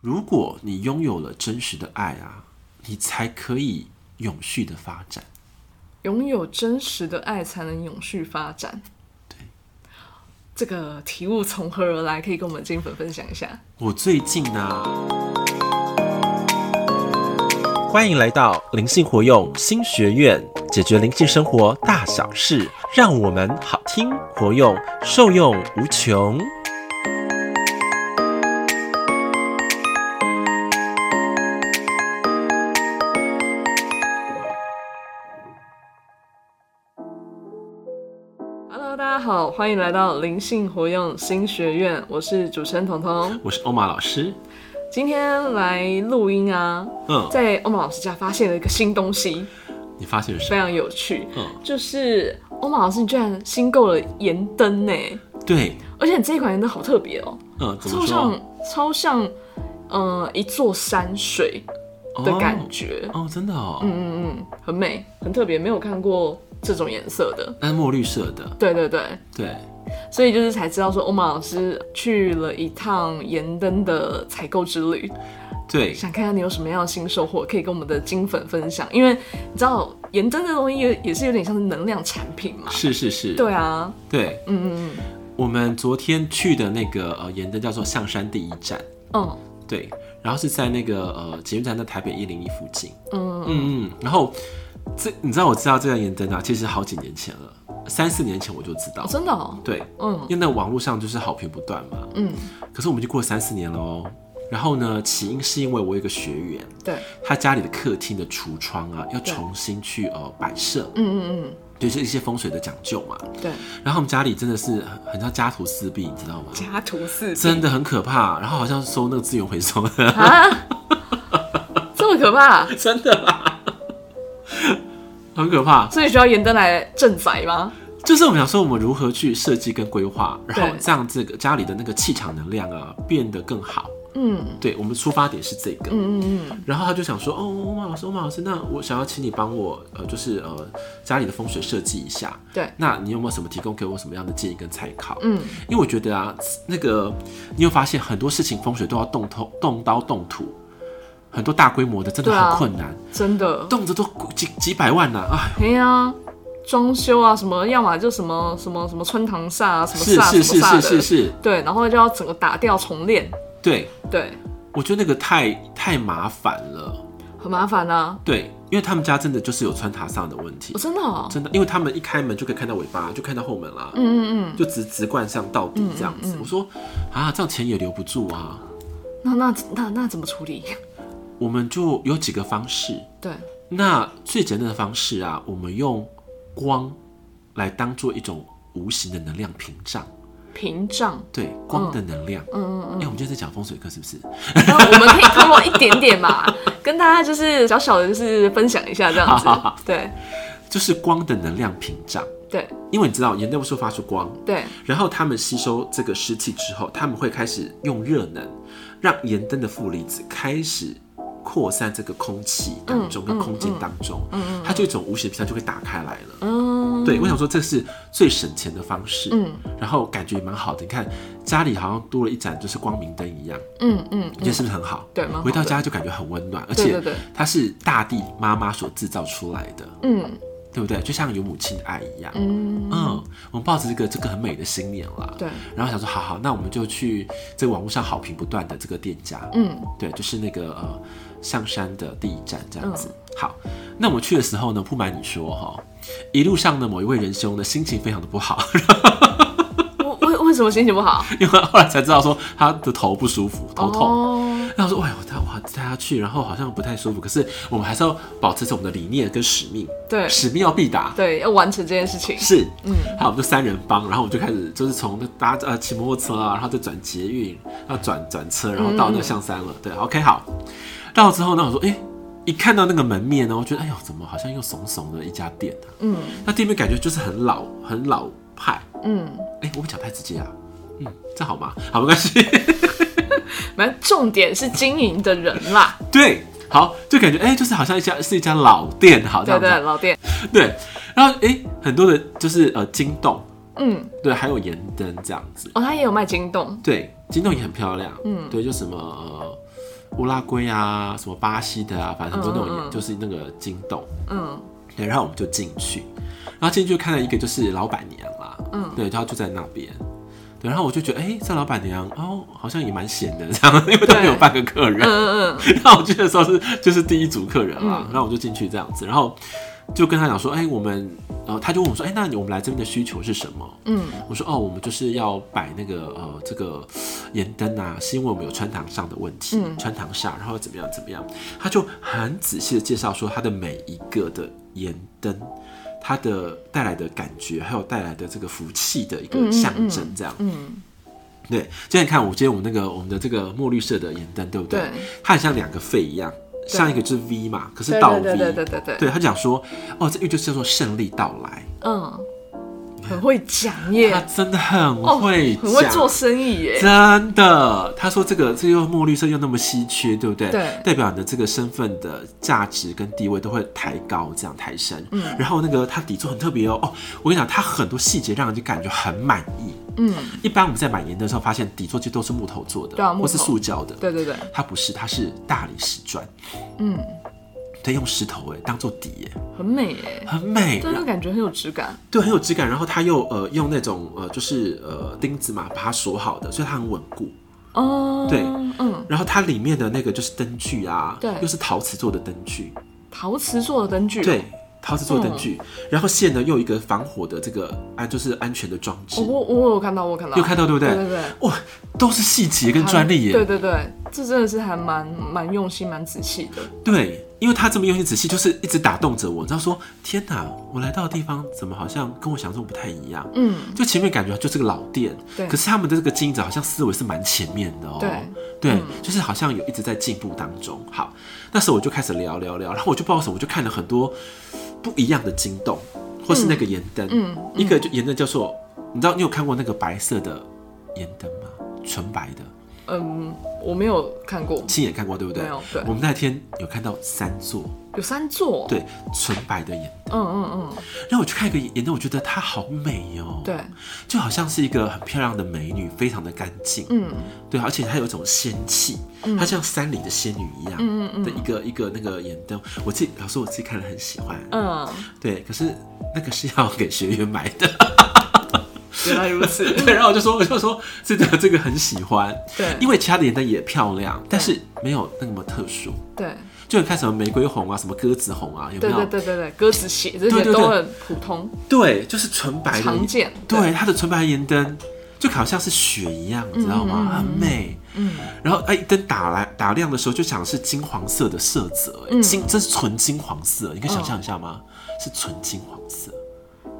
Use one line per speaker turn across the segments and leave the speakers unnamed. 如果你拥有了真实的爱啊，你才可以永续的发展。
拥有真实的爱才能永续发展。
对，
这个题目从何而来？可以跟我们金粉分享一下。
我最近呢、欢迎来到灵性活用新学院，解决灵性生活大小事，让我们好听活用，受用无穷。
Hello，大家好，欢迎来到灵性活用新学院，我是主持人彤彤。
我是欧玛老师，
今天来录音啊，
嗯，
在欧玛老师家发现了一个新东西，
你发现了什
非
么？
常有趣，
嗯，
就是欧玛老师你居然新购了盐灯呢，
对，
而且你这一款盐灯好特别哦，
嗯，怎
超
么说
像？超像呃一座山水的感觉，
哦，哦真的哦，
嗯嗯嗯，很美，很特别，没有看过这种颜色的。
那是墨绿色的，
对对对，
对，
所以就是才知道说欧玛老师去了一趟盐灯的采购之旅，
对，
想看看你有什么样的新收获，可以跟我们的金粉分享。因为你知道盐灯这东西也也是有点像是能量产品嘛。
是是是，
对啊，
对，
嗯嗯
我们昨天去的那个呃盐灯叫做象山第一站，
嗯
对，然后是在那个呃捷运站在台北一零一附近，
嗯嗯，
嗯嗯，然后这你知道我知道这家盐灯啊，其实好几年前了，三四年前我就知道
哦，真的哦，
对，
嗯
因为那网络上就是好评不断嘛，
嗯，
可是我们就过了三四年了哦。然后呢，起因是因为我有一个学员，
对，
他家里的客厅的橱窗啊，要重新去呃摆设，
嗯嗯
就是一些风水的讲究嘛。
嗯，对，
然后我们家里真的是很很像家徒四壁，你知道吗？
家徒四壁
真的很可怕。然后好像收那个资源回 收的，
啊，这么可怕，
真的啦，很可怕。
所以需要盐灯来镇宅吗？
就是我们想说，我们如何去设计跟规划，然后
对
让这个家里的那个气场能量啊变得更好。
嗯
对我们出发点是这个，
嗯嗯嗯，
然后他就想说，哦，欧马老师，欧马老师，那我想要请你帮我，呃，就是呃家里的风水设计一下。
对，
那你有没有什么提供给我什么样的建议跟参考？
嗯，
因为我觉得啊，那个你有发现很多事情风水都要动头、动刀、动土，很多大规模的真的
对啊
很困难，
真的，
动辄都几几百万呢啊！
哎呀，装修啊什么，要么就什么什么什么穿堂煞啊，什么
是
煞
是
什
是
么
是
煞
是
的，
是，
对，然后就要整个打掉重练，
对，
对，
我觉得那个太太麻烦了，
很麻烦啊，
对，因为他们家真的就是有穿塔上的问题
哦，，真的哦，
真的，因为他们一开门就可以看到尾巴，就看到后门啦，
嗯嗯嗯，
就直直贯向到底这样子。我说啊，这样钱也留不住啊，
那那那那怎么处理？
我们就有几个方式。
对，
那最简单的方式啊，我们用光来当做一种无形的能量屏障，
屏障，
对光的能量。
嗯嗯嗯。
哎、我们今天在讲风水课是不是？
那我们可以透露一点点嘛， 跟大家就是小小的，就是分享一下这样子
好好好。
对
就是光的能量屏障，
对
因为你知道人类是会发出光，
对，
然后他们吸收这个湿气之后，他们会开始用热能，让盐灯的负离子开始扩散这个空气当中
嗯
跟空间当中，它就一种无形的屏障就会打开来了。
嗯，
对，我想说这是最省钱的方式，
嗯
然后感觉也蛮好的。你看家里好像多了一盏就是光明灯一样，
嗯嗯，
你觉得是不是很好？
对蛮好的
回到家就感觉很温暖，而
对
且
对对
它是大地妈妈所制造出来的，
嗯
对不对？就像有母亲的爱一样。
嗯，
嗯，我们抱着这个这个很美的新年啦，
对，
然后想说，好好，那我们就去这个网络上好评不断的这个店家，
嗯
对，就是那个呃象山的第一站这样子。
嗯
好，那我们去的时候呢，不瞒你说哈，一路上呢，某一位仁兄呢心情非常的不好，
我为为什么心情不好？
因为后来才知道说他的头不舒服，头痛。
哦，
然后我说，哎呦，他哇带他去，然后好像不太舒服，可是我们还是要保持着我们的理念跟使命，
对
使命要必达，
对，要完成这件事情。
是，嗯，好，我们就三人帮，然后我们就开始就是从那搭呃骑摩托车啊，然后再转捷运，然后转转车，然后到那个象山了。对，OK，好，到之后呢，我说，哎、一看到那个门面呢，我觉得，哎呦，怎么好像又怂怂的一家店啊？
嗯
那店面感觉就是很老，很老派。
嗯，
哎、我们讲太直接啊，嗯，这样好吗？好，没关系。
反正重点是经营的人啦，
对，好，就感觉哎、就是好像一家是一家老店，好，这
对
样子
对，老店，
对。然后哎、很多的就是呃金洞，
嗯，
对，还有盐灯这样子。
哦，他也有卖金洞，
对，金洞也很漂亮，嗯，对，就什么、呃、乌拉圭啊，什么巴西的啊，反正很多那种
嗯嗯
人
嗯
就是那个金豆，
嗯
对，然后我们就进去，然后进去看到一个就是老板娘啦，
嗯
对，她就在那边，对，然后我就觉得，哎、这老板娘哦，好像也蛮闲的这样，因为她没有半个客人，
嗯嗯嗯，
然后我去的时候是就是第一组客人啦，然后我就进去这样子，然后就跟他讲说，哎、我们，然后他就问我说，哎、那你我们来这边的需求是什么？
嗯，
我说哦，我们就是要摆那个呃这个盐灯啊，是因为我们有穿堂上的问题，
嗯
穿堂下，然后怎么样怎么样，他就很仔细的介绍说它的每一个的盐灯。它的带来的感觉，还有带来的这个福气的一个象征，这样。
嗯
对，今天你看我今天我们那个我们的这个墨绿色的盐灯，对不对？
对
它很像两个肺一样，像一个就是 V 嘛，可是
对
倒 V。
对对对对对对，
对他讲说，哦，这玉就是叫做胜利到来。
嗯，很会讲
他
耶，
真的 很
哦
会讲、
很会做生意耶，
真的，他说这个这又墨绿色又那么稀缺，对不对？
对
代表你的这个身份的价值跟地位都会抬高，这样抬升。嗯，然后那个他底座很特别哦，哦，我跟你讲，他很多细节让人就感觉很满意。
嗯，
一般我们在买盐的时候，发现底座就都是木头做的，
对啊木
或是
头
塑胶的。
对对对，
它不是，它是大理石砖，
嗯，
它用石头哎当做底耶，
很美耶，
很美，啊
对，就感觉很有质感，
对，很有质感。然后它又呃用那种呃就是呃钉子嘛把它锁好的，所以它很稳固。
哦，
对
嗯，
然后它里面的那个就是灯具啊，
对
又是陶瓷做的灯具，
陶瓷做的灯具，啊
对，陶瓷做的灯具。
嗯
然后线呢又有一个防火的这个安就是安全的装置
哦，，我我有看到，我有看到，
有看到对不对？
对对对。
哇，都是细节跟
还
专利耶。
对对对，这真的是还蛮蛮用心、蛮仔细的。
对，因为他这么用心仔细，就是一直打动着我。你知道说，天哪，我来到的地方怎么好像跟我想象中不太一样？
嗯，
就前面感觉就是个老店，
对
可是他们的这个经营者好像思维是蛮前面的哦、
对嗯
对，就是好像有一直在进步当中。好，那时候我就开始聊聊聊，然后我就不知道为什么，我就看了很多不一样的金洞，或是那个盐灯、
嗯嗯
一个就盐灯叫做，你知道你有看过那个白色的盐灯吗？纯白的，
嗯，我没有看过，
亲眼看过对不对？
没有对
我们那天有看到三座，
有三座。，
对，纯白的盐
嗯嗯嗯，
然后我去看一个眼灯，我觉得她好美哦、
对，，
就好像是一个很漂亮的美女，非常的干净，
嗯
对，而且她有一种仙气，她像山里的仙女一样
嗯嗯嗯
的一个一个那个眼灯。我自己老师我自己看了很喜欢，
嗯，
对，可是那个是要给学员买的，
原来如此。
对，然后我就说我就说这个这个很喜欢，
对，
因
为
为其他的眼灯也漂亮，但是没有那么特殊，
对
就你看什么玫瑰红啊，什么鸽子红啊，有没
对
有？
对对对对，鸽子血这
对
些
对对
都很普通
对，就是纯白的
常
眼
见。
对，，它的纯白盐灯就好像是雪一样，你知道吗？很美。
嗯，
然后哎，灯打来打亮的时候，就想是金黄色的色泽，哎
嗯
金这是纯金黄色，你可以想象一下吗？是纯金黄色，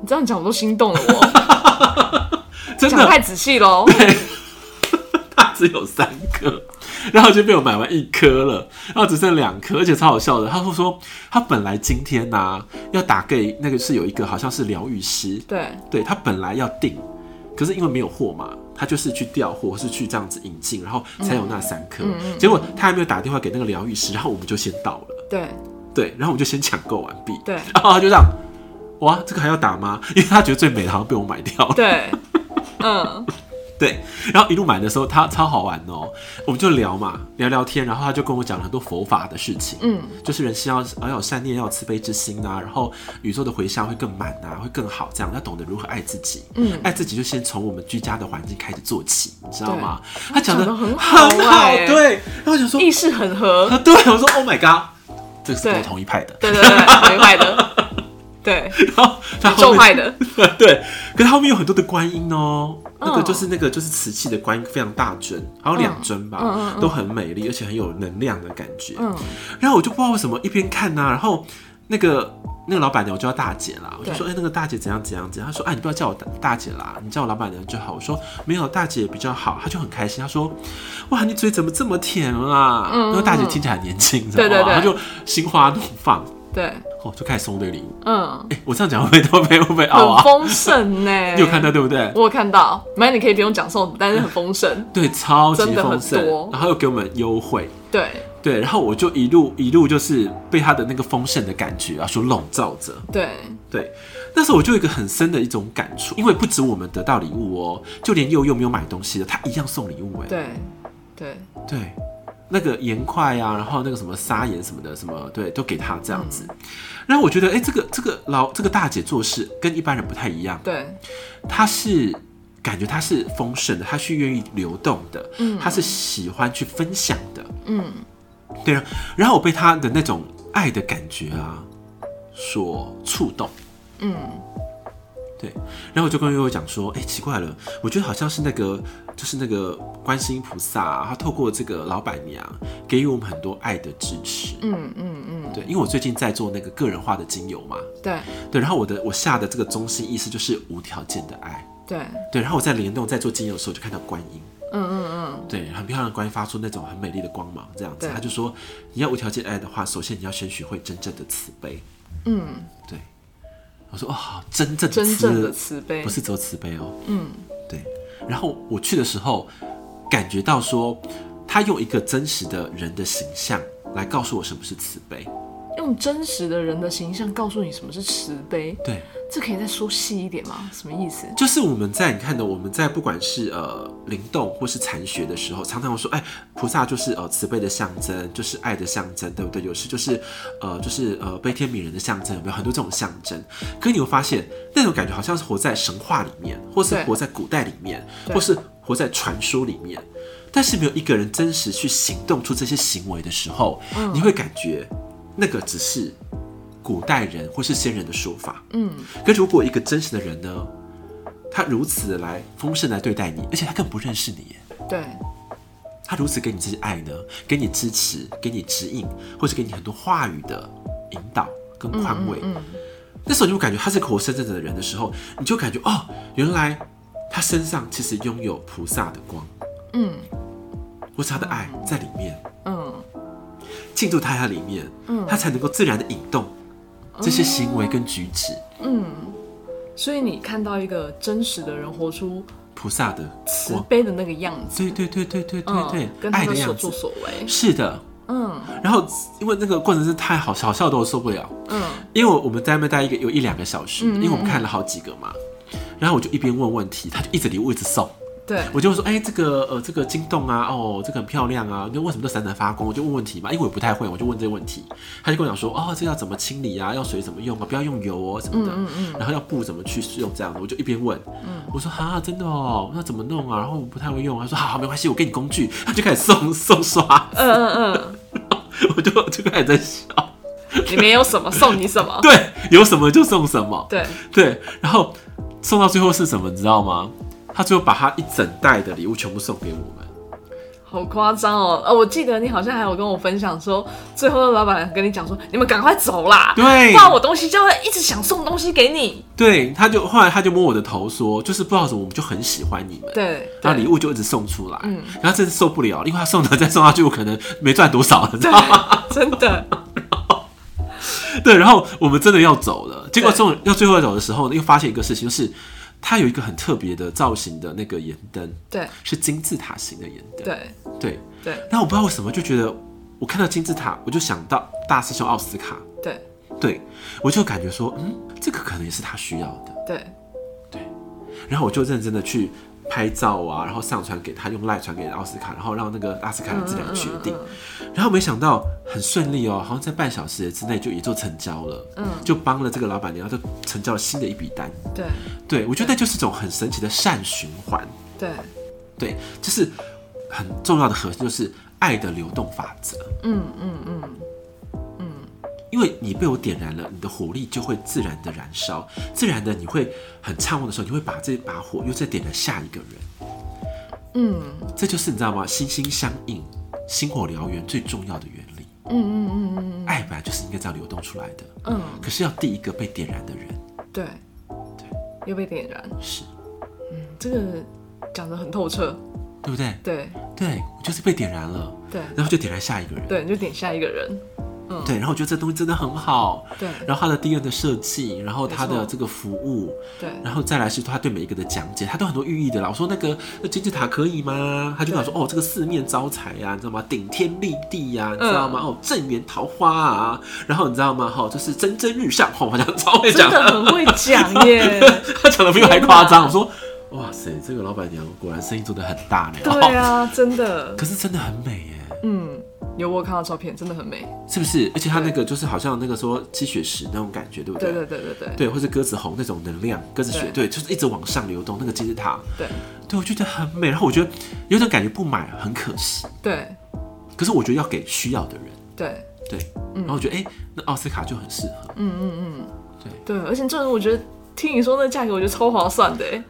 你这样讲我都心动了， 我
真
讲
的，
太仔细喽。
它只有三颗，然后就被我买完一颗了，然后只剩两颗，而且超好笑的。他说说他本来今天呐要打给那个是有一个好像是疗愈师，
对，
对他本来要订，可是因为没有货嘛，他就是去调货，或是去这样子引进，然后才有那三颗。结果他还没有打电话给那个疗愈师，然后我们就先到了，
对，
对，然后我们就先抢购完毕，
对
然后他就这样，哇，这个还要打吗？因为他觉得最美的好像被我买掉了，
对，嗯，
对。然后一路买的时候，他超好玩哦，我们就聊嘛，聊聊天，然后他就跟我讲了很多佛法的事情，
嗯，
就是人心要要有善念，要有慈悲之心啊，然后宇宙的回向会更满啊，会更好，这样要懂得如何爱自己，
嗯，
爱自己就先从我们居家的环境开始做起，你知道
对
吗？他讲
讲
的
得很好
好，
欸
对。然后我想说，
意识很合
啊，，对，我说 Oh my god，这个是
对
跟我同一派的。
对对对，没坏的，对，
然后他后
咒
面
坏的，
对，可是后面有很多的观音哦、那个
嗯
就是那个就是瓷器的观音非常大尊，还有两尊吧，
嗯嗯嗯
都很美丽，而且很有能量的感觉。
嗯，
然后我就不知道为什么一边看呐、然后那个那个老板娘我叫她大姐啦，我就
对
说哎、那个大姐怎样怎样怎样，她说哎、你不要叫我大大姐啦，你叫我老板娘就好。我说没有大姐比较好，她就很开心，她说哇你嘴怎么这么甜啊？
嗯嗯
因为大姐听起来很年轻，你知道
对
吗？
对对
她就心花怒放，
对，
哦就开始送对礼物。
嗯。
哎、我这样讲会不会会不会凹
很欸
啊？
丰盛呢、
你有看到对不对？
我有看到，没有你可以不用讲送，但是很丰盛。
对，超级
真的很
丰盛
多，
然后又给我们优惠，
对
对，然后我就一路一路就是被他的那个丰盛的感觉啊所笼罩着，
对，
对，那时候我就有一个很深的一种感触，因为不止我们得到礼物哦、就连佑佑没有买东西的，他一样送礼物哎、
对，对，
对，那个盐块啊，然后那个什么砂盐什么的，什么对，都给他这样子。然后我觉得，哎、这个这个老这个大姐做事跟一般人不太一样，
对，
她是感觉她是丰盛的，她是愿意流动的，嗯，她是喜欢去分享的，
嗯，
对啊。然后我被她的那种爱的感觉啊所触动，
嗯，
对，然后我就跟悠悠讲说，哎、奇怪了，我觉得好像是那个，就是那个观世音菩萨、啊，他透过这个老板娘给予我们很多爱的支持。
嗯嗯嗯，
对，因为我最近在做那个个人化的精油嘛，
对
对，然后我的我下的这个中心意思就是无条件的爱，
对，
对，然后我在联动在做精油的时候就看到观音，
嗯嗯
对，很漂亮的观音发出那种很美丽的光芒，这样子，
对
他就说你要无条件爱的话，首先你要先学会真正的慈悲，
嗯嗯，
对，我说哦，好真正的
真
慈
正的慈悲
不，是只有慈悲哦，
嗯
对，然后我去的时候，感觉到说，他用一个真实的人的形象来告诉我什么是慈悲。
用真实的人的形象告诉你什么是慈悲，
对，
这可以再说细一点吗？什么意思？
就是我们在你看的，我们在不管是呃灵动或是禅学的时候，常常会说，哎，菩萨就是呃慈悲的象征，就是爱的象征，对不对？有时就是呃就是呃悲天悯人的象征，有没有很多这种象征？可你会发现，那种感觉好像是活在神话里面，或是
对
活在古代里面，
对
或是活在传说里面。但是没有一个人真实去行动出这些行为的时候，
嗯
你会感觉那个只是古代人或是先人的说法。
嗯，
可如果一个真实的人呢，他如此地来丰盛来对待你，而且他更不认识你耶，
对，
他如此给你这些爱呢，给你支持，给你指引，或者给你很多话语的引导跟宽慰。
嗯
那时候你就感觉他是个活生生的人的时候，你就感觉哦，原来他身上其实拥有菩萨的光，
嗯
或是他的爱在里面
嗯
进入他在里面，
嗯
他才能够自然的引动这些行为跟举止，
嗯，所以你看到一个真实的人活出
菩萨的
慈
光。
悲的那个样子，
对对对对对对
嗯，
对，
跟他
爱的
的所
样
作
子。
所为，
是的，
嗯
然后因为那个过程是太好好笑到我受不了，
嗯
因为我们在那边待一个有一两个小时，
嗯
因
嗯
为我们看了好几个嘛，然后我就一边问问题，他就一直礼物一直送。
对，
我就说，哎、这个呃，这个金动啊，哦，这个很漂亮啊，就为什么都闪闪发光？我就问问题嘛，因为我不太会，我就问这些问题。他就跟我讲说，哦，这个要怎么清理啊？要水怎么用啊？不要用油哦什么的。
嗯嗯
然后要布怎么去用这样子，我就一边问，我说哈，真的哦，那怎么弄啊？然后我不太会用，他说好，好没关系，我给你工具。他就开始送送刷，
嗯嗯
我就就开始在笑。
嗯，里面有什么送你什么，
对，有什么就送什么。
对，
对，然后送到最后是什么，你知道吗？他最后把他一整袋的礼物全部送给我们。
好夸张哦！呃，我记得你好像还有跟我分享说，最后的老板跟你讲说，你们赶快走啦，
对
不然我东西就会一直想送东西给你。
对，他就后来他就摸我的头说，就是不知道为什么，我们就很喜欢你们。。
对，
然后礼
物，
物就一直送出来，
嗯
然后真是受不了，因为他送的再 送下去，我可能没赚多少，你知
对
道吗？，
真的，
对，然后我们真的要走了，结果
对
送要最后要走的时候呢，又发现一个事情，就是它有一个很特别的造型的那个盐灯，
对
是金字塔型的盐灯。
对
对，
对
那我不知道为什么就觉得，我看到金字塔，我就想到大师兄奥斯卡，
对
对我就感觉说，嗯，这个可能也是他需要的，
对，
对。然后我就认真的去拍照啊，然后上传给他，用赖传给奥斯卡，然后让那个奥斯卡来
嗯
质量决定。
嗯
然后没想到很顺利哦，好像在半小时之内就也就成交了，
嗯
就帮了这个老板娘，就成交了新的一笔单。
嗯对
对我觉得那就是一种很神奇的善循环，
对，
对，就是很重要的核心就是爱的流动法则，
嗯嗯嗯
因为你被我点燃了，你的火力就会自然的燃烧，自然的你会很畅旺的时候，你会把这把火又再点燃下一个人，
嗯
这就是你知道吗？心心相印，星火燎原最重要的原理。
嗯嗯嗯嗯
爱本来就是应该这样流动出来的，
嗯，
可是要第一个被点燃的人
对嗯对，又被点燃，
是。
这个讲得很透彻，
对不对？
对
对，我就是被点燃了，
对
然后就点燃下一个人。
对，你就点下一个人，
对，然后我觉得这东西真的很好。
对
然后它的 DM 的设计，然后它
没
的
错
这个服务，
对
然后再来是它对每一个的讲解，它都很多寓意的啦。我说那个那金字塔可以吗？他就跟我说哦，这个四面招财呀、你知道吗？顶天立地呀、
嗯
你知道吗？哦，正缘桃花啊，然后你知道吗？哈、哦，就是蒸蒸日上，哦，我讲超会
真
讲
的
的，
很会讲 耶，
他讲的比我还夸张。
天哪
我说哇塞，这个老板娘果然生意做得很大呢。
对
哦，
啊，真的，
可是真的很美耶。
嗯，有我有看到照片，真的很美。
是不是？而且它那个就是好像那个说积雪石那种感觉，对不
对
对？
对对对对对
对，或是鸽子红那种能量，鸽子血，对，就是一直往上流动那个金字塔，
对
对我觉得很美。然后我觉得有种感觉不买很可惜，
对
可是我觉得要给需要的人，
对
对，
嗯
然后我觉得哎、那奥斯卡就很适合，
对，而且这我觉得听你说那价格，我觉得超划算的欸，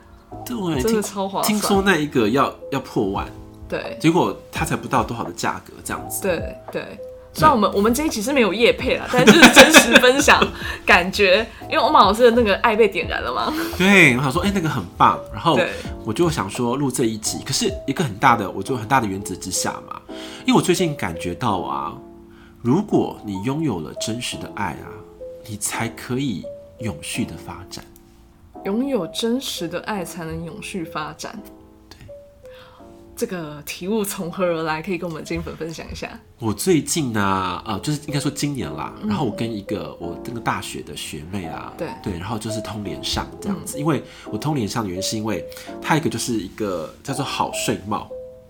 对，
真的
听
超划
听说
算。
那一个要要破万，
对
结果它才不到多少的价格这样子，
对对。虽然我们我们这一期是没有夜配啦，但是就是真实分享感觉，因为欧马老师的那个爱被点燃了嘛。
对，我想说哎、那个很棒，然后
对
我就想说录这一集，可是一个很大的，我就很大的原则之下嘛，因为我最近感觉到啊，如果你拥有了真实的爱啊，你才可以永续的发展。
拥有真实的爱才能永续发展。这个题目从何而来？可以跟我们金粉分享一下。
我最近呢、啊，呃，就是应该说今年啦，然后我跟一个我那个大学的学妹啊，
嗯对嗯
对，然后就是通联上这样子，因为我通联上的原因是因为她一个就是一个叫做好睡帽，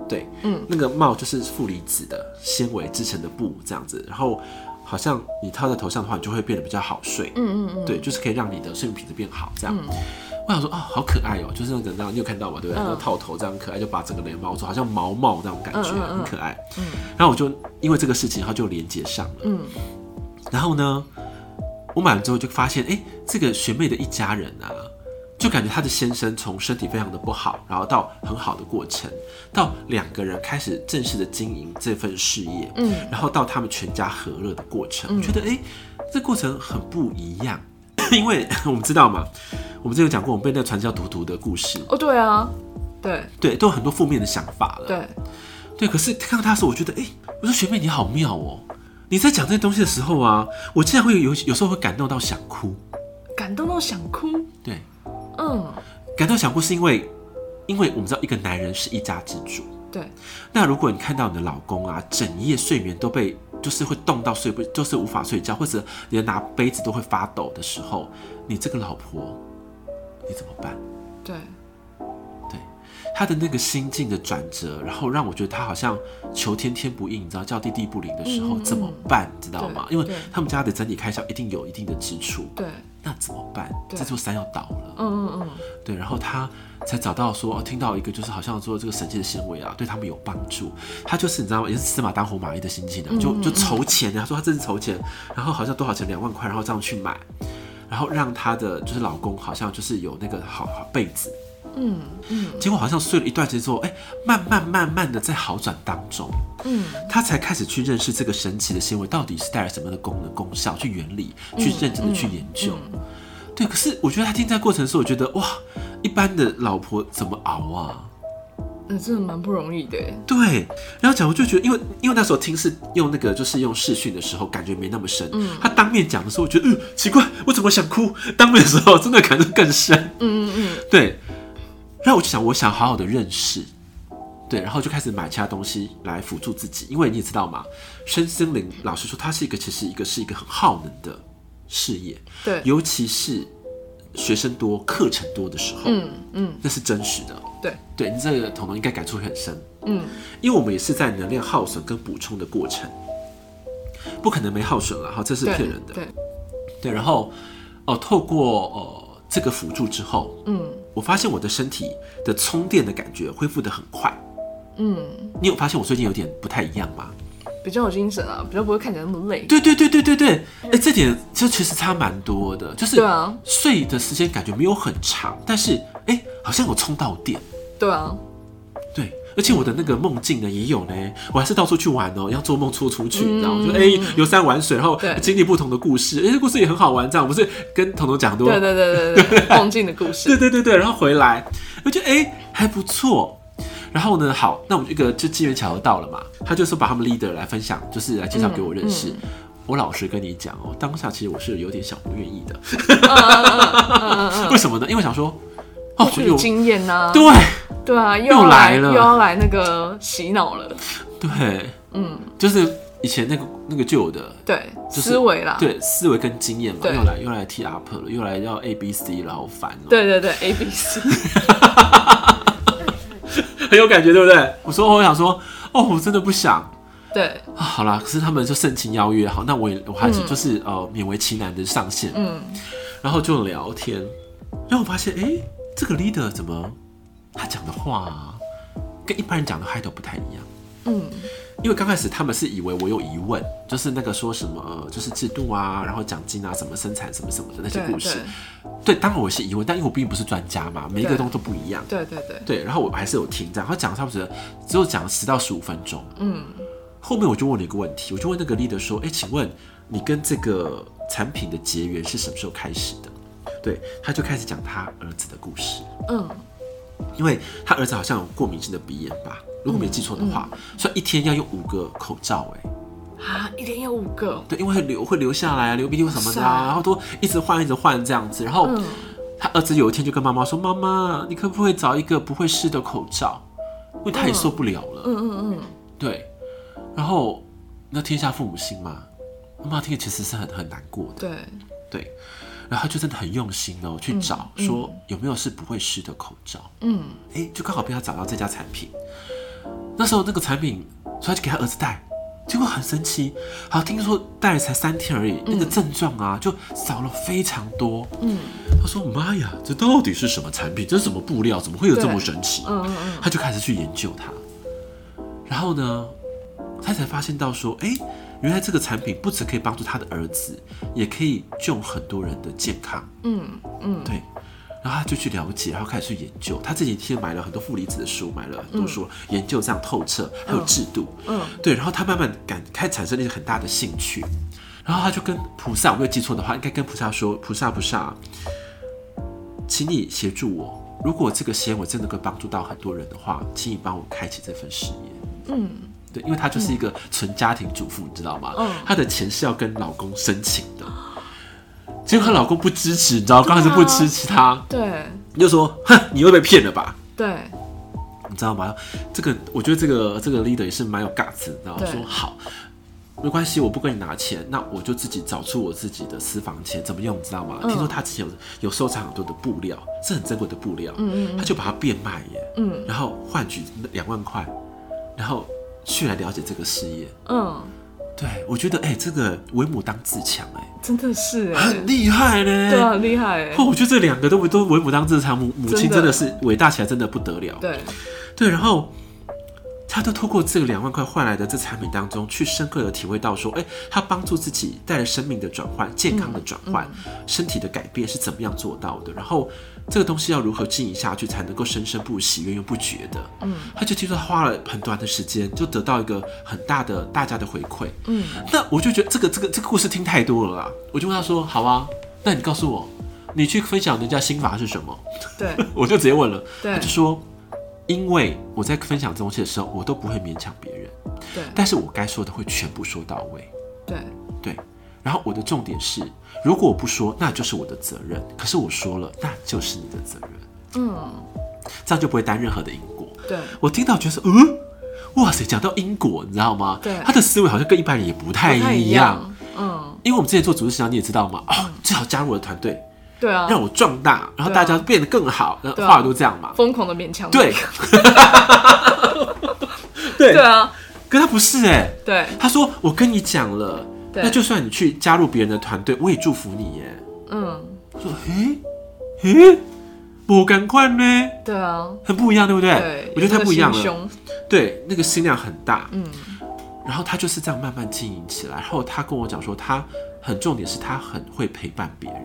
对，嗯，那个帽就是负离子的纤维制成的布这样子，然后好像你套在头上的话，你就会变得比较好睡，
嗯嗯嗯，
对，就是可以让你的睡眠品质变好这样。我想说哦，好可爱哦、就是那个那样，你有看到吗？对不对？
嗯
那个套头这样很可爱，就把整个连帽住，好像毛毛那种感觉，
嗯嗯嗯
很可爱。然后我就因为这个事情，然后就连接上了。
嗯
然后呢，我买了之后就发现，哎、这个学妹的一家人啊，就感觉她的先生从身体非常的不好，然后到很好的过程，到两个人开始正式的经营这份事业，
嗯，
然后到他们全家和乐的过程，我觉得哎、诶这过程很不一样， 因为我们知道嘛，我们之前有讲过，我们被那个传销荼毒的故事，
哦对啊，对
对，都有很多负面的想法了，
对
对，可是看到他的时候，我觉得，哎、我说学妹你好妙哦、你在讲这些东西的时候啊，我竟然会有有时候会感动到想哭。
感动到想哭。
对，
嗯，
感动想哭是因为，因为我们知道一个男人是一家之主。
对
那如果你看到你的老公啊，整夜睡眠都被就是会冻到睡不，就是无法睡觉，或者连拿杯子都会发抖的时候，你这个老婆，你怎么办？
对
他的那个心境的转折，然后让我觉得他好像求天天不应，你知道叫地地不灵的时候、
嗯嗯嗯
怎么办？你知道吗？
对
因为
对
他们家的整体开销一定有一定的支出，
对，
那怎么办？
对
这座山要倒了，
嗯嗯嗯，
对，然后他才找到说，哦听到一个就是好像说这个神界的纤维啊，对他们有帮助。他就是你知道吗？也是死马当活马医的心情啊，就就筹钱啊，他说他这是筹钱，然后好像多少钱两万块，然后这样去买，然后让她的就是老公好像就是有那个好好被子，结果好像睡了一段时间之后，哎、慢慢慢慢的在好转当中，
嗯，
他才开始去认识这个神奇的纤维到底是带来什么样的功能、功效，去原理，去认真的去研究。对，可是我觉得他听在过程的时候，我觉得哇，一般的老婆怎么熬啊？
那真的蛮不容易的耶。
对，然后讲我就觉得，因为因为那时候听是用那个，就是用视讯的时候，感觉没那么深。他当面讲的时候，我觉得，嗯，奇怪，我怎么想哭？当面的时候，真的感动更深。
嗯嗯
对，然后我就想，我想好好的认识，对，然后就开始买其他东西来辅助自己，因为你也知道嘛，身心灵老实说，它是一个其实一个是一个很耗能的事业，
嗯，对，
尤其是学生多、课程多的时候，
嗯嗯
那是真实的。
对，
对你这个彤彤应该感触会很深，
嗯
因为我们也是在能量耗损跟补充的过程，不可能没耗损了哈，这是
对
骗人的。
对，
对，然后哦、透过呃这个辅助之后，
嗯
我发现我的身体的充电的感觉恢复的很快。
嗯，
你有发现我最近有点不太一样吗？
比较有精神啊，比较不会看起来那么累。
对对对对对对，哎、这点这其实差蛮多的，就是
对啊
睡的时间感觉没有很长，但是哎、好像有充到电。
对啊，
对，而且我的那个梦境呢也有呢，我还是到处去玩哦、要做梦出出去，你知道吗？就哎、游山玩水，然后
嗯对
经历不同的故事，哎、这故事也很好玩，这样我不是跟彤彤讲很多
对对对对对，梦境的故
对
事。
对对对，然后回来，我觉得哎、还不错。然后呢，好，那我们一个就机缘巧合到了嘛，他就说把他们 leader 来分享，就是来介绍给我认
嗯
识。我老实跟你讲哦，当下其实我是有点小不愿意的，
嗯
为什么呢？因为我想说，哦，
过
我
去的
有
经验呐，
对
对啊，又
又
要来
来了
又要来那个洗脑了，
对，
嗯，
就是以前那个那个旧的
对，
是
思维啦，
对思维跟经验嘛，
啊对
又来又来 T up 了，又来要 A B C 了，好烦哦、
对对对，A B C，
很有感觉，对不对？我说，我想说，哦，我真的不想。
对，
啊好啦，可是他们就盛情邀约，好，那我也我还是
嗯
就是、呃勉为其难的上线，
嗯，
然后就聊天，然后我发现，哎、这个 leader 怎么他讲的话、啊跟一般人讲的嗨都不太一样。
嗯，
因为刚开始他们是以为我有疑问，就是那个说什么、呃、就是制度啊，然后奖金啊，什么生产什么什么的那些
对
故事。对，当然我是疑问，但因为我并不是专家嘛，每一个
对
东西都不一样。
对对对对，
对，然后我还是有听这样，他讲差不多只有讲了十到十五分钟。
嗯
后面我就问了一个问题，我就问那个 leader 说：“哎、请问你跟这个产品的结缘是什么时候开始的？”对，他就开始讲他儿子的故事，
嗯，
因为他儿子好像有过敏性的鼻炎吧，如果没记错的话，
嗯
所以一天要用五个口罩、哎，
啊，一连有五个，
对，因为会流会流下来啊，流鼻涕或什么的
哇
啊，
塞
然后都一直换一直换这样子，然后
嗯
他儿子有一天就跟妈妈说：“妈妈，你可不可以找一个不会湿的口罩？”因为他也受不了了。
嗯嗯
对，然后那天下父母心嘛，妈妈听了其实是很很难过
嗯，
的，
对，
对。然后他就真的很用心哦，去找
嗯
说有没有是不会湿的口罩，
嗯
哎、就刚好被他找到这家产品。那时候那个产品，所以他就给他儿子戴，结果很神奇，好听说戴了才三天而已，那个症状啊就少了非常多。
嗯
他说：“妈呀，这到底是什么产品？这是什么布料？怎么会有这么
对
神奇？”
嗯嗯嗯，
他就开始去研究它。然后呢，他才发现到说，哎、原来这个产品不只可以帮助他的儿子，也可以救很多人的健康。
嗯嗯，
对。然后他就去了解，然后开始去研究。他这几天买了很多负离子的书，买了很多书，研究这样透彻，还有制度。
嗯
对，然后他慢慢感开始产生了一个很大的兴趣，然后他就跟菩萨，我没有记错的话，应该跟菩萨说：“菩萨，菩萨，请你协助我。如果这个实验我真的能够帮助到很多人的话，请你帮我开启这份事业。”
嗯
对，因为她就是一个纯家庭主妇，你知道吗
嗯？
她的钱是要跟老公申请的，结果她老公不支持，你知道，刚开始不
啊
支持她，
对
就说：“哼，你又被骗了吧？”
对
你知道吗？这个我觉得这个这个 leader 也是蛮有 guts，的，然后
对
说好，没关系，我不跟你拿钱，那我就自己找出我自己的私房钱怎么用，你知道吗？
嗯
听说他之前有有收藏很多的布料，是很珍贵的布料，
嗯嗯嗯
他就把它变卖耶，
嗯
然后换取两万块，然后去来了解这个事业。
嗯，
对我觉得哎、这个为母当自强哎、
真的是哎，
很厉害呢。
对啊，很厉害哎
哦，，我觉得这两个都都为母当自强，母母亲真
真
的
的
是伟大起来，真的不得了。
对，
对，然后他就透过这个两万块换来的这产品当中，去深刻的体会到说，哎，他帮助自己带来生命的转换、健康的转换、身体的改变是怎么样做到的，然后这个东西要如何经营下去才能够生生不息、源源不绝的。嗯，他就听说他花了很短的时间，就得到一个很大的大家的回馈。
嗯，
那我就觉得这个这个这个故事听太多了啦，我就问他说，好啊，那你告诉我，你去分享人家心法是什么？
对
我就直接问了，
对
他就说，因为我在分享这东西的时候，我都不会勉强别人，
对
但是我该说的会全部说到位，
对，
对。然后我的重点是，如果我不说，那就是我的责任；可是我说了，那就是你的责任，
嗯
这样就不会担任何的因果。
对
我听到觉得，嗯，哇塞，讲到因果，你知道吗？
对
他的思维好像跟一般人也不太
不太
一
一
样。，
嗯
因为我们之前做组织市场，你也知道嘛，哦，最好加入我的团队，
对啊，
让我壮大，然后大家
对啊
变得更好。那
对啊
话都这样嘛，
疯狂的勉强，
对，对
对啊，
可他不是哎、
对，
他说我跟你讲了，
对
那就算你去加入别人的团队，我也祝福你耶。
嗯
我说诶诶，我赶快呢，
对啊，
很不一样，对不对？
对，
我觉得
有
他
那
不一样
心
了，
胸，
对，那个心量很大。
嗯
然后他就是这样慢慢经营起来。然后他跟我讲说，他很重点是他很会陪伴别人。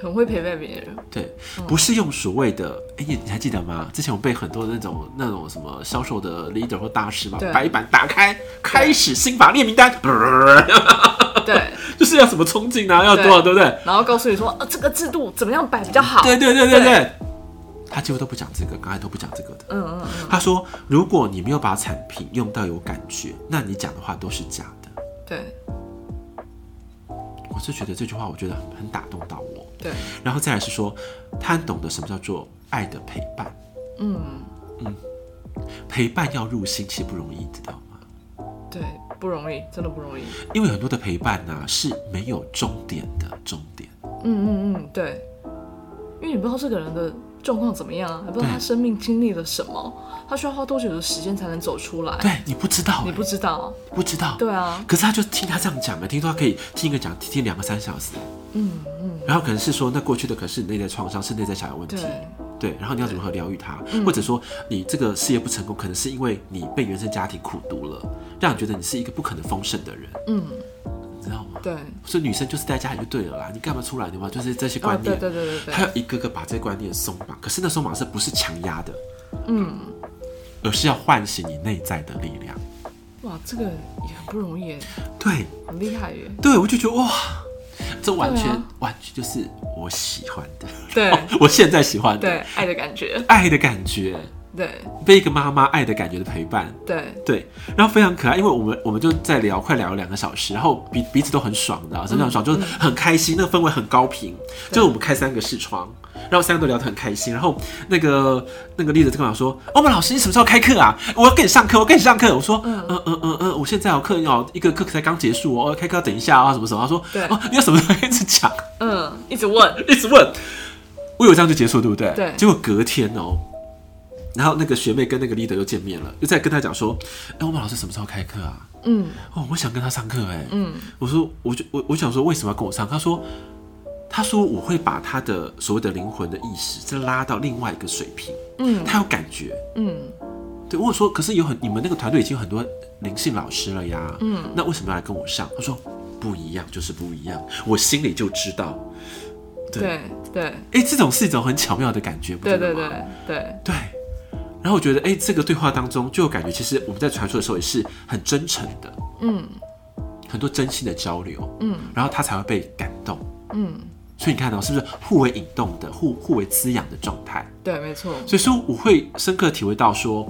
很会陪伴别人，
对，
嗯
不是用所谓的，哎、你你还记得吗？之前我被很多那种那种什么销售的 leader 或大师嘛，
对
白板打开，开始心法列名单，
对，
就是要什么冲劲啊，要多少，对不对？
然后告诉你说，啊，这个制度怎么样摆比较好，
对对对对
对
对，他几乎都不讲这个，刚才都不讲这个的。
嗯嗯嗯，
他说，如果你没有把产品用到有感觉，那你讲的话都是假的。
对
我是觉得这句话，我觉得很很打动到我。
对，
然后再来是说，他懂得什么叫做爱的陪伴，
嗯
陪伴要入心其实不容易，知道吗？
对，不容易，真的不容易，
因为很多的陪伴呢、是没有终点的终点。
嗯嗯嗯，对，因为你不知道这个人的状况怎么样啊，还不知道
对
他生命经历了什么，他需要花多久的时间才能走出来，
对你不知道、
你不知道，
不知道，
对啊，
可是他就听他这样讲嘛，听说他可以听一个讲听两个三小时，嗯嗯，然后可能是说那过去的可能是内在创伤，是内在小孩问题，
对嗯
对，然后你要怎么和疗愈它，或者说你这个事业不成功，可能是因为你被原生家庭苦读了，让你觉得你是一个不可能丰盛的人，嗯，你知道吗？
对，
所以女生就是待在家里就对了啦，你干嘛出来的嘛？就是这些观
哦
念，
对对对对对
还有一个个把这些观念松绑，可是那松绑是不是强压的？嗯，而是要唤醒你内在的力量。
哇，这个也很不容易耶，
对，
很厉害耶，
对，我就觉得哇，这完全、
对啊
完全就是我喜欢的，
对
我现在喜欢的，
对，爱的感觉，
爱的感觉，
对
被一个妈妈爱的感觉的陪伴。
对，
对，然后非常可爱，因为我们我们就在聊，快聊了两个小时，然后彼彼此都很爽的、啊真的很爽，就是很开心，那个氛围很高频。就是我们开三个视窗，然后三个都聊得很开心。然后那个那个丽子就跟我说：“欧、哦、曼老师，你什么时候开课啊？我要跟你上课，我要跟你上课。”我说：“嗯嗯嗯嗯嗯，我现在有课要一个课才刚结束哦，开课要等一下啊，什么什么。”他说：“
对
哦，你要什么时候一直讲，
嗯，一直问，
一直问。”我以为这样就结束，对不对？
对
结果隔天哦。然后那个学妹跟那个 leader 又见面了，又在跟他讲说：“哎、欧曼老师什么时候开课啊？”
嗯
哦，我想跟他上课哎，
嗯，
我说我就我我想说为什么要跟我上？他说他说我会把他的所谓的灵魂的意识再拉到另外一个水平，
嗯
他有感觉。
嗯，
对，我有说可是有很你们那个团队已经有很多灵性老师了呀，嗯，那为什么要来跟我上？他说不一样就是不一样，我心里就知道。
对对
哎、这种是一种很巧妙的感觉，不觉
对
得
对
吗
对对，
对。然后我觉得，哎、这个对话当中就有感觉，其实我们在传输的时候也是很真诚的，
嗯
很多真心的交流，
嗯，
然后他才会被感动。
嗯，
所以你看哦到、是不是互为引动的、互互为滋养的状态？
对，没错，
所以说，我会深刻体会到说，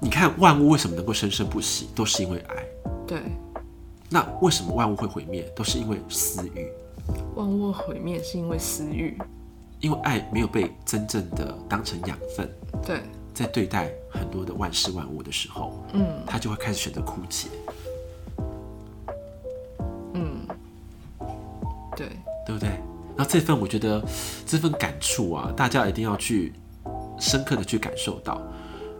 你看万物为什么能够生生不息，都是因为爱。
对，
那为什么万物会毁灭，都是因为私欲，
万物毁灭是因为私欲，
因为爱没有被真正的当成养分，
对
在对待很多的万事万物的时候，
嗯，
它就会开始选择枯竭，
对，
对不对？然后这份我觉得这份感触啊，大家一定要去深刻的去感受到，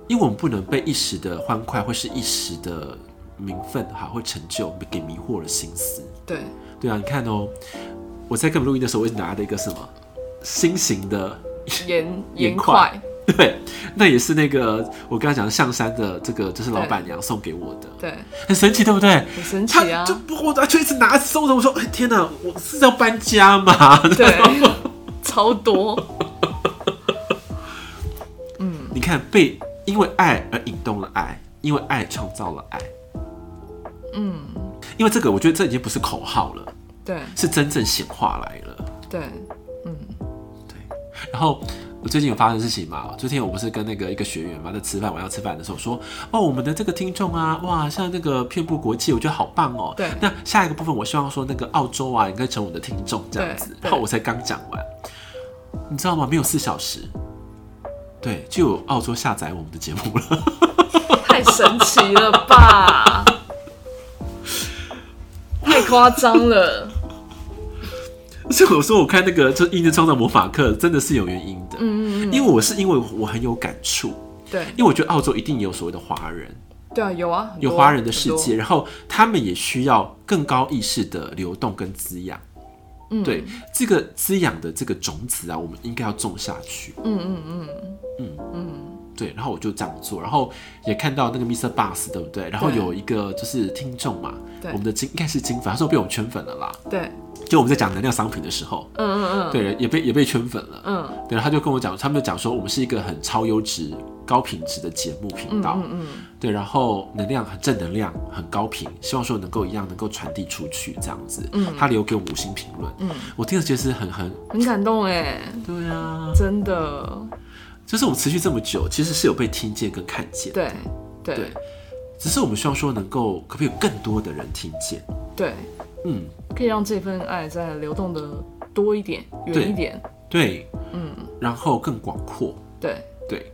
因为我们不能被一时的欢快或是一时的名分哈或成就给迷惑了心思。
对，
对啊，你看哦，我在跟我们录音的时候，我一直拿了一个什么新型的，
盐
盐
盐
块
块，
对，那也是那个我刚才讲的象山的这个就是老板娘送给我的，
对，
很神奇，对不对？
很神奇
他
啊
就，不我就一直拿收着，我说哎天哪，我是要搬家嘛？
对，超多，
你看，被因为爱而引动了爱，因为爱创造了爱。嗯，因为这个，我觉得这已经不是口号了，
对
是真正显化来了。
对，
然后我最近有发生事情嘛？昨天我不是跟那个一个学员嘛，在吃饭，晚上吃饭的时候说，哦，我们的这个听众啊，哇，像那个遍布国际，我觉得好棒哦。
对
那下一个部分，我希望说那个澳洲啊，也可以成为我的听众这样子
对。对
然后我才刚讲完，你知道吗？没有四小时，对，就有澳洲下载我们的节目了。
太神奇了吧，太夸张了，
所以我说，我看那个就是《印证创造魔法课》，真的是有原因的。嗯嗯因为我是因为我很有感触，
对
因为我觉得澳洲一定有所谓的华人，
对啊，有啊，很多
有华人的世，界，
很多
然后他们也需要更高意识的流动跟滋养。
嗯
对这个滋养的这个种子啊，我们应该要种下去。
嗯嗯嗯，
对，然后我就这样做，然后也看到那个 Mr. Bus 对不对？然后
对
有一个就是听众嘛，
对
我们的金应该是金粉，他说被我们圈粉了啦。
对，
就我们在讲能量商品的时候，
嗯嗯嗯，
对，也被也被圈粉了。
嗯
对，他就跟我讲，他们就讲说我们是一个很超优质、高品质的节目频道，
嗯嗯，
对，然后能量很正能量，很高频，希望说能够一样能够传递出去这样子。嗯，他留给我们五星评论，嗯，我听了其实很很，
很感动哎，
对啊，
真的，
就是我们持续这么久，其实是有被听见跟看见，
对对
对，只是我们希望说能够可不可以有更多的人听见，
对，
嗯，
可以让这份爱再流动的多一点、
对
远一点。
对，
嗯，
然后更广阔，
对
对，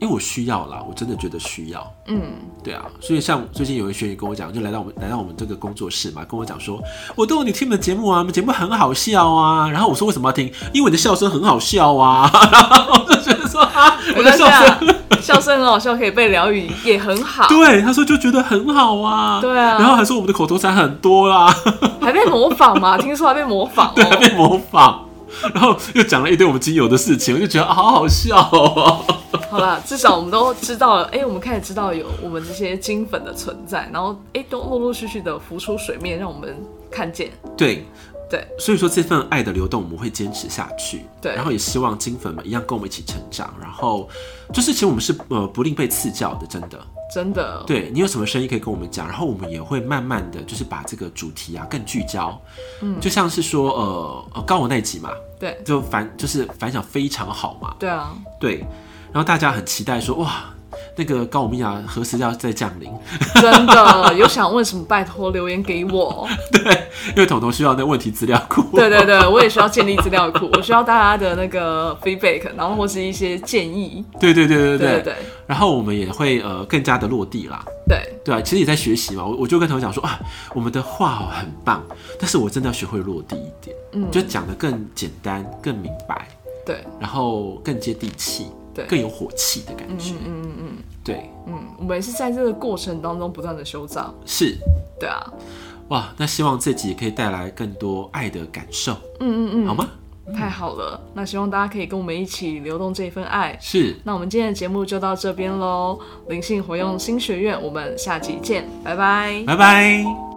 因为我需要啦，我真的觉得需要。
嗯，
对啊，所以像最近有一学员跟我讲，就来到我们来到我们这个工作室嘛，跟我讲说，我都有你听你们节目啊，你们节目很好笑啊。然后我说为什么要听？因为你的笑声很好笑啊。 然后我就觉得说啊，我的
但是
笑
啊
声。，
笑声很好笑，可以被疗愈，也很好，
对，他说就觉得很好啊，
对啊哦
然后还说我们的口头禅很多啦，
还被模仿嘛？听说还被模 仿
对，还
哦。
被模仿，然后又讲了一堆我们精油的事情，我就觉得啊好好笑哦。
好啦，至少我们都知道了，哎、我们开始知道有我们这些金粉的存在，然后哎、都陆陆续续的浮出水面，让我们看见。
对，
对，
所以说这份爱的流动，我们会坚持下去。
对
然后也希望金粉们一样跟我们一起成长。然后就是，其实我们是呃不吝被赐教的，真的。
真的，
对你有什么声音可以跟我们讲，然后我们也会慢慢的就是把这个主题啊更聚焦。嗯，就像是说呃呃高我那一集嘛，
对，
就反就是反响非常好嘛。
对啊，
对，然后大家很期待说哇。那个高我米娅何时要再降临？
真的有想问什么，拜托留言给我。哦
对，因为彤彤需要那问题资料库。
对对对，我也需要建立资料库， 我需要大家的那个 feedback，然后或是一些建议。
对对对对
对对
对
对
然后我们也会呃更加的落地啦，
对，
对啊，其实也在学习嘛。我我就跟同学讲说啊，我们的话哦很棒，但是我真的要学会落地一点，
嗯
就讲的更简单、更明白，
对，
然后更接地气，
对
更有火气的感觉。嗯嗯嗯对，
嗯，我们也是在这个过程当中不断的修造。
是
对啊，
哇，那希望这集可以带来更多爱的感受，
嗯嗯
好吗？
嗯，太好了。那希望大家可以跟我们一起流动这一份爱。
是，
那我们今天的节目就到这边喽，灵性活用新学院，我们下集见，拜拜。
拜拜。